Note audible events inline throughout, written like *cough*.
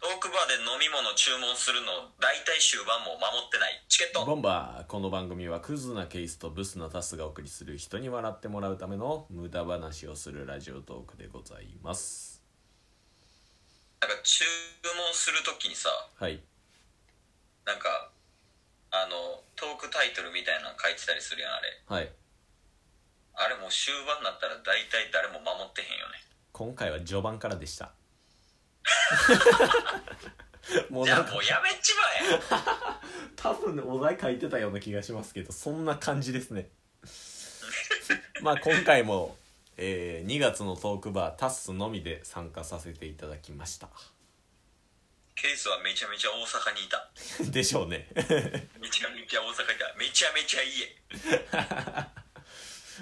で飲み物注文するの大体終盤も守ってないチケットボンバーこの番組はクズなケースとブスなタスがお送りする人に笑ってもらうための無駄話をするラジオトークでございますなんか注文するときにさはいなんかあのトークタイトルみたいなの書いてたりするやんあれはいあれもう終盤になったら大体誰も守ってへんよね今回は序盤からでした *laughs* もうじなゃんあかもうやめちまえ多分ねお題書いてたような気がしますけどそんな感じですね *laughs* まあ今回も、えー2月のトークバータッスのみで参加させていただきましたケイスはめちゃめちゃ大阪にいたでしょうねめちゃめちゃ大阪にいためちゃめちゃ家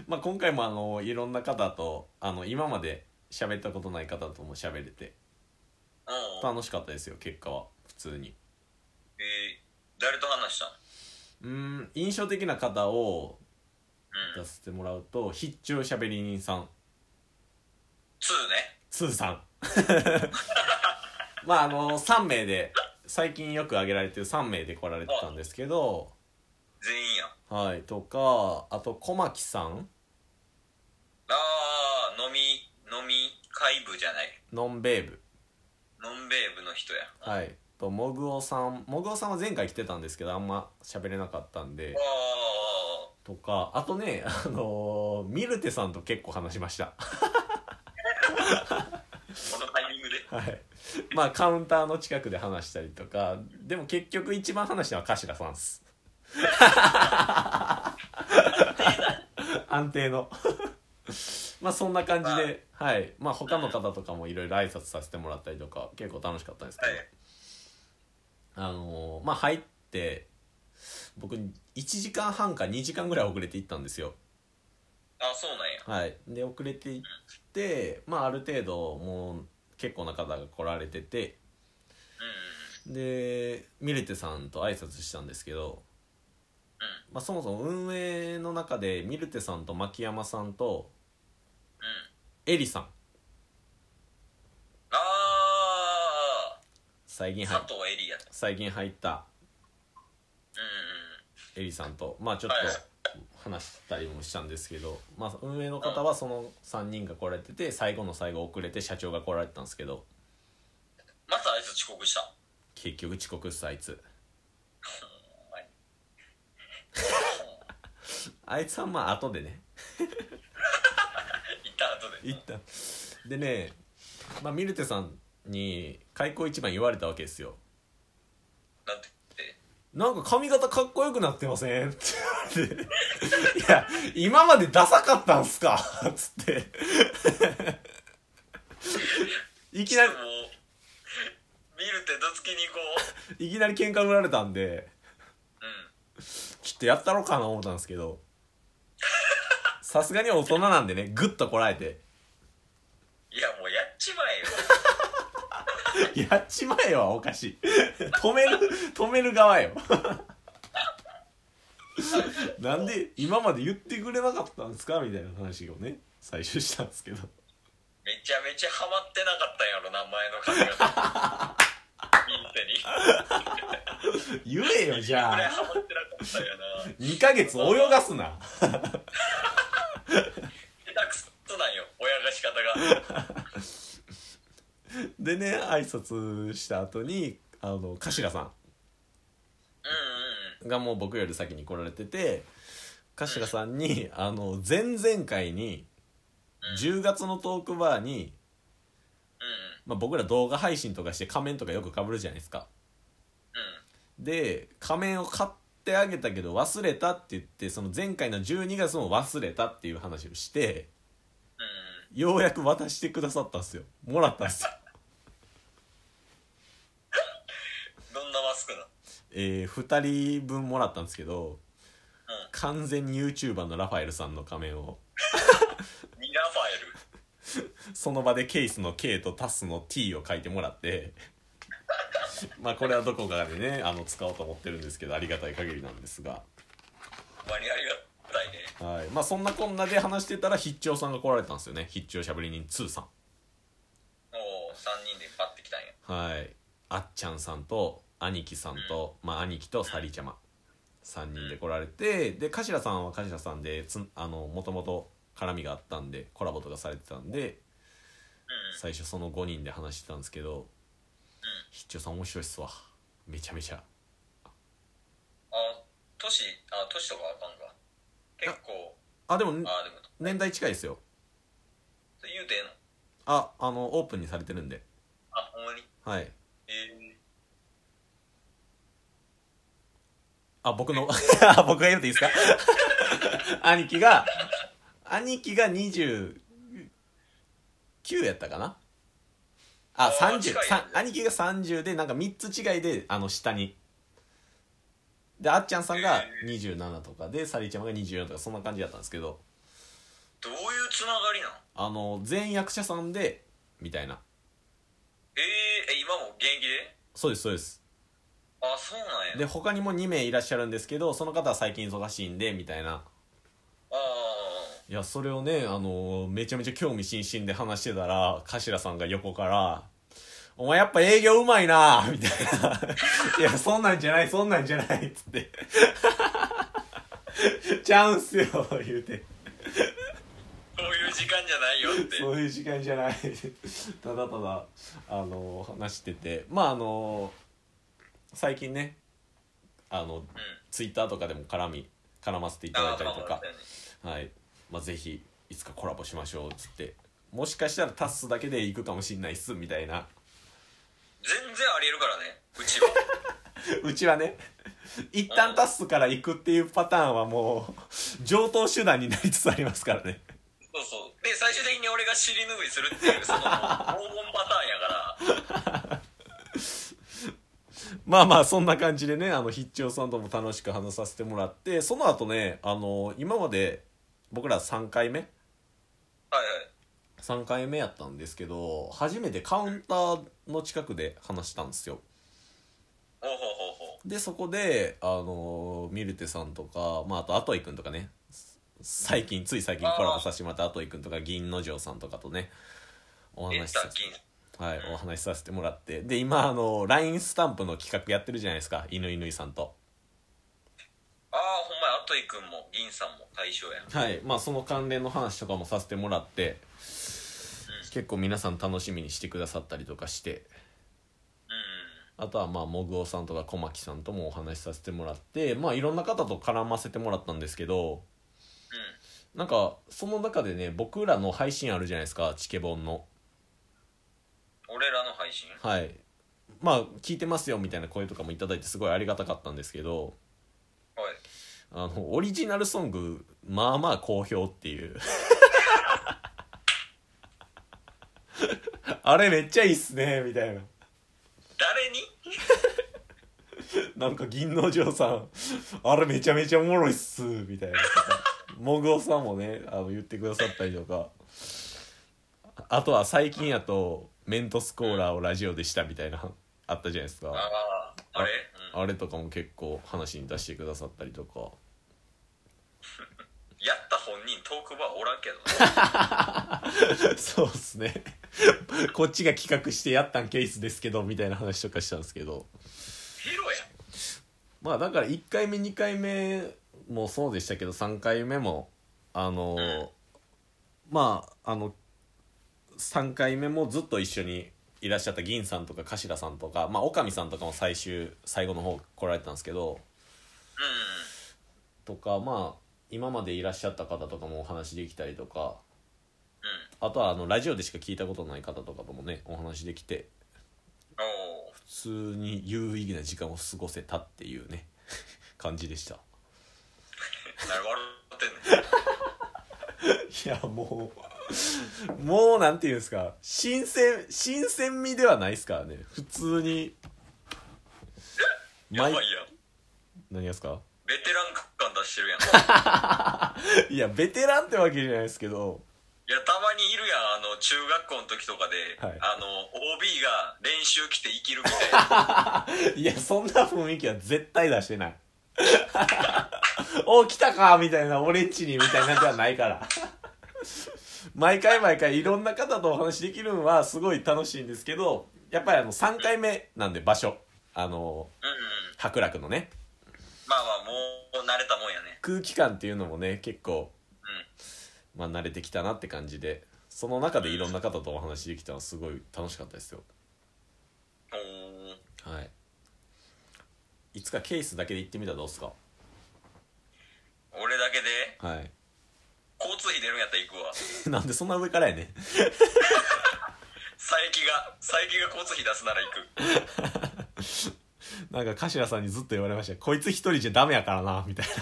まあ今回もあのいろんな方とあの今まで喋ったことない方とも喋れてうん、楽しかったですよ結果は普通にえー誰と話したのうーん印象的な方をうん出せてもらうと必聴喋り人さん2ね通さん *laughs* まああの3名で最近よく挙げられてる3名で来られてたんですけど全員やんはいとかあと小牧さんああ飲み飲み会部じゃないノンベーブノンベーブの人やあはいともぐおさんもぐおさんは前回来てたんですけどあんま喋れなかったんであとかあとねあのミルテさんと結構話しましたこのタイミングではいまあカウンターの近くで話したりとかでも結局一番話したのは頭さんっ *laughs* す安定のまあそんな感じで、はいまあ他の方とかもいろいろ挨拶させてもらったりとか結構楽しかったんですけど、はいあのーまあ入って僕1時間半か2時間ぐらい遅れて行ったんですよあそうなんやはい、で遅れていって、まあ、ある程度もう結構な方が来られててうでミルテさんと挨拶したんですけど、まあ、そもそも運営の中でミルテさんと牧山さんとんうんうんエリさんああ最近入佐っ藤エリア最近入ったうんうんエリさんと、まあ、ちょっと話したりもしたんですけど、まあ、運営の方はその3人が来られてて最後の最後遅れて社長が来られてたんですけどまたあいつ遅刻した結局遅刻したあいつ。ほんまにあいつはまあ後でね行った後で行ったでね、まあ、ミルテさんに開口一番言われたわけですよなんて言ってなんか髪型かっこよくなってませんって言われて「いや今までダサかったんすか」つっていきなもう見るってどつきに行こ *laughs* うりいきなり喧嘩売られたんでうんちょっとやったろうかな思ったんですけどさすがに大人なんでねグッとこらえていやもうやっちまえよ「やっちまえはおかしい」止める止める側よ *laughs* なんで今まで言ってくれなかったんですかみたいな話をね最初したんですけどめちゃめちゃハマってなかったんやろ名前の髪型ミルテに言えよじこれゃあハマってなかったんやな2ヶ月泳がすな下手くそなんよ親が仕方がでね挨拶した後にあの頭さうんうんうんんがもう僕より先に来られてて頭さんにあの前々回に10月のトークバーに、うんまあ、僕ら動画配信とかして仮面とかよく被るじゃないですかうんで仮面を買ってあげたけど忘れたって言ってその前回の12月も忘れたっていう話をしてうんようやく渡してくださったんですよもらったんですよどんなマスクなのえー、2人分もらったんですけど、うん完全に YouTuber のラファエルさんの仮面をミラファエルその場でケースの K とタスの T を書いてもらって *laughs* まあこれはどこかでねあの使おうと思ってるんですけどありがたい限りなんですが、ほんまにありがたいねはい、まあそんなこんなで話してたら必聴さんが来られたんですよね必聴しゃべり人2さんもう3人でパッてきたんやはい。あっちゃんさんと兄貴さんと、まあ、兄貴とサリちゃま3人で来られてで頭さんは頭さんでつんあのもともと絡みがあったんでコラボとかされてたんで最初その5人で話してたんですけど「必聴さん面白いっすわめちゃめちゃあ都市あ都市とかあかんか結構」あでもあでも年代近いですよそれ言うてええのああのオープンにされてるんであほんまにはいええあ、僕 *laughs* の、あ僕が言うといいですか兄貴が、兄貴が29やったかなあ、あー30近いねさん兄貴が30で、なんか3つ違いで、あの、下に。で、あっちゃんさんが27とかで、サリーちゃんが24とか、そんな感じだったんですけど、どういうつながりなんあの、全員役者さんで、みたいな。えええ今も現役でそうです、そうです。あそうなんやで、他にも2名いらっしゃるんですけど、その方は最近忙しいんで、みたいな。ああいやそれをね、あのーめちゃめちゃ興味津々で話してたら頭さんが横から「お前やっぱ営業うまいな」みたいな「いやそんなんじゃないそんなんじゃない」っつって「ちゃうんすよ」言うてそういう時間じゃないよっ「て *laughs* そういう時間じゃない」ただただ、あのー話しててまああのー最近ねあのうんツイッターとかでも絡み絡ませていただいたりとか。はい、まあ、ぜひいつかコラボしましょうっつってもしかしたらタッスだけで行くかもしんないっすみたいな *laughs* 全然ありえるからねう *laughs* ちはうちはね一旦タッスから行くっていうパターンはもう上等手段になりつつありますからねそうそうで最終的に俺が尻拭いするっていうその黄金パタ *laughs* ーンやからまあまあそんな感じでねあの必聴さんとも楽しく話させてもらってその後ねあの今まで僕ら3回目はいはい3回目やったんですけど初めてカウンターの近くで話したんですよほうほうほうほうでそこであのミルテさんとか、まあ、あとアトイくんとかね最近つい最近コラボさせてもらったアトイくんとか銀之丞さんとかとねおエン話しタさーせ金はい、お話しさせてもらってで今あの LINE スタンプの企画やってるじゃないですか犬犬さんとああほんまやあといくんも銀さんも対象やんはいまあその関連の話とかもさせてもらって結構皆さん楽しみにしてくださったりとかしてうあとはまあモグオさんとか小牧さんともお話しさせてもらってまあいろんな方と絡ませてもらったんですけどんうんなんかその中でね僕らの配信あるじゃないですかチケボンの俺らの配信うんはいまあ聞いてますよみたいな声とかもいただいてすごいありがたかったんですけどはいあのオリジナルソングまあまあ好評っていう *laughs* あれめっちゃいいっすねみたいな誰になんか銀之丞さんあれめちゃめちゃおもろいっすみたいなとかモグオさんもねあの言ってくださったりとかあとは最近やとメントスコーラをラジオでしたみたいなあったじゃないですあかああれうんあれとかも結構話に出してくださったりとか *laughs* やった本人トークバーおらんけどな *laughs* そうっすねこっちが企画してやったんケースですけどみたいな話とかしたんですけどヒロやんまあだから1回目2回目もそうでしたけど3回目もあのーうんまああの3回目もずっと一緒にいらっしゃった銀さんとか頭さんとかまあ女将さんとかも最終最後の方来られたんですけどうんとかまあ今までいらっしゃった方とかもお話できたりとかうんあとはあのラジオでしか聞いたことない方とかともねお話できておお普通に有意義な時間を過ごせたっていうね感じでした。 *laughs* 誰笑ってんねんいやもうもうなんていうんですか新鮮新鮮味ではないですからね普通にやばいや毎ん何がですかベテラン感出して *laughs* るやんいいやベテランってわけじゃないですけどやたまにいるやんあの中学校の時とかで、はいあの OB が練習来て生きるみたい *laughs* ないやそんな雰囲気は絶対出してない *laughs* お来たかみたいな俺んちにみたいなんではないから毎回毎回いろんな方とお話できるのはすごい楽しいんですけどやっぱりあの3回目なんで場所あのうんうん博楽のねまあまあもう慣れたもんやね空気感っていうのもね結構、んまあ、慣れてきたなって感じでその中でいろんな方とお話できたのすごい楽しかったですよおーはいいつかケースだけで行ってみたらどうっすか俺だけではい *laughs* 交通費出るんやったら行くわなんでそんな上からやねん佐伯が佐伯が交通費出すなら行くなんか頭さんにずっと言われましたよこいつ一人じゃダメやからなみたいな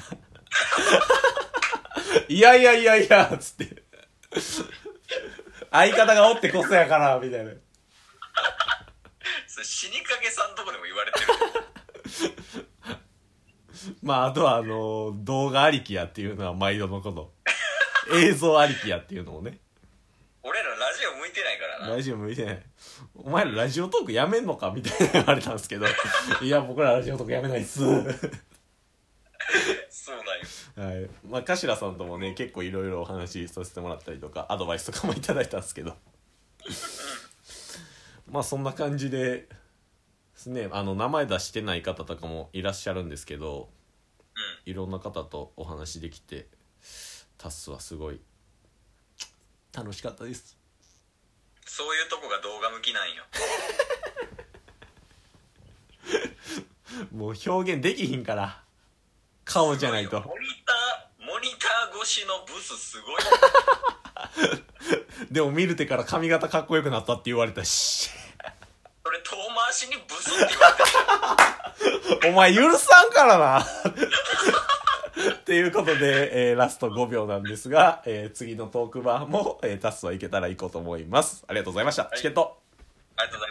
いやいやいやいやつって相方がおってこそやからみたいなそれ死にかけさんとこでも言われてる *laughs* まああとはあの動画ありきやっていうのは毎度のこと映像ありきやっていうのもね俺らラジオ向いてないからなラジオ向いてないお前らラジオトークやめんのかみたいな言われたんですけどいや僕らラジオトークやめないっすはそうなんよいまあ頭さんともね結構いろいろお話しさせてもらったりとかアドバイスとかもいただいたんですけどまあそんな感じでですねあの名前出してない方とかもいらっしゃるんですけどういろんな方とお話できてタッスはすごい楽しかったですんそういうとこが動画向きなんよもう表現できひんから顔じゃないモとニターモニター越しのブスすごいでも見る手から髪型かっこよくなったって言われたしそれ遠回しにブスって言われてる *laughs* お前許さんからなっていうことで、えーラスト5秒なんですが、えー次のトークバーも、えータッスはいけたら行こうと思いますありがとうございました、チケットありがとうございます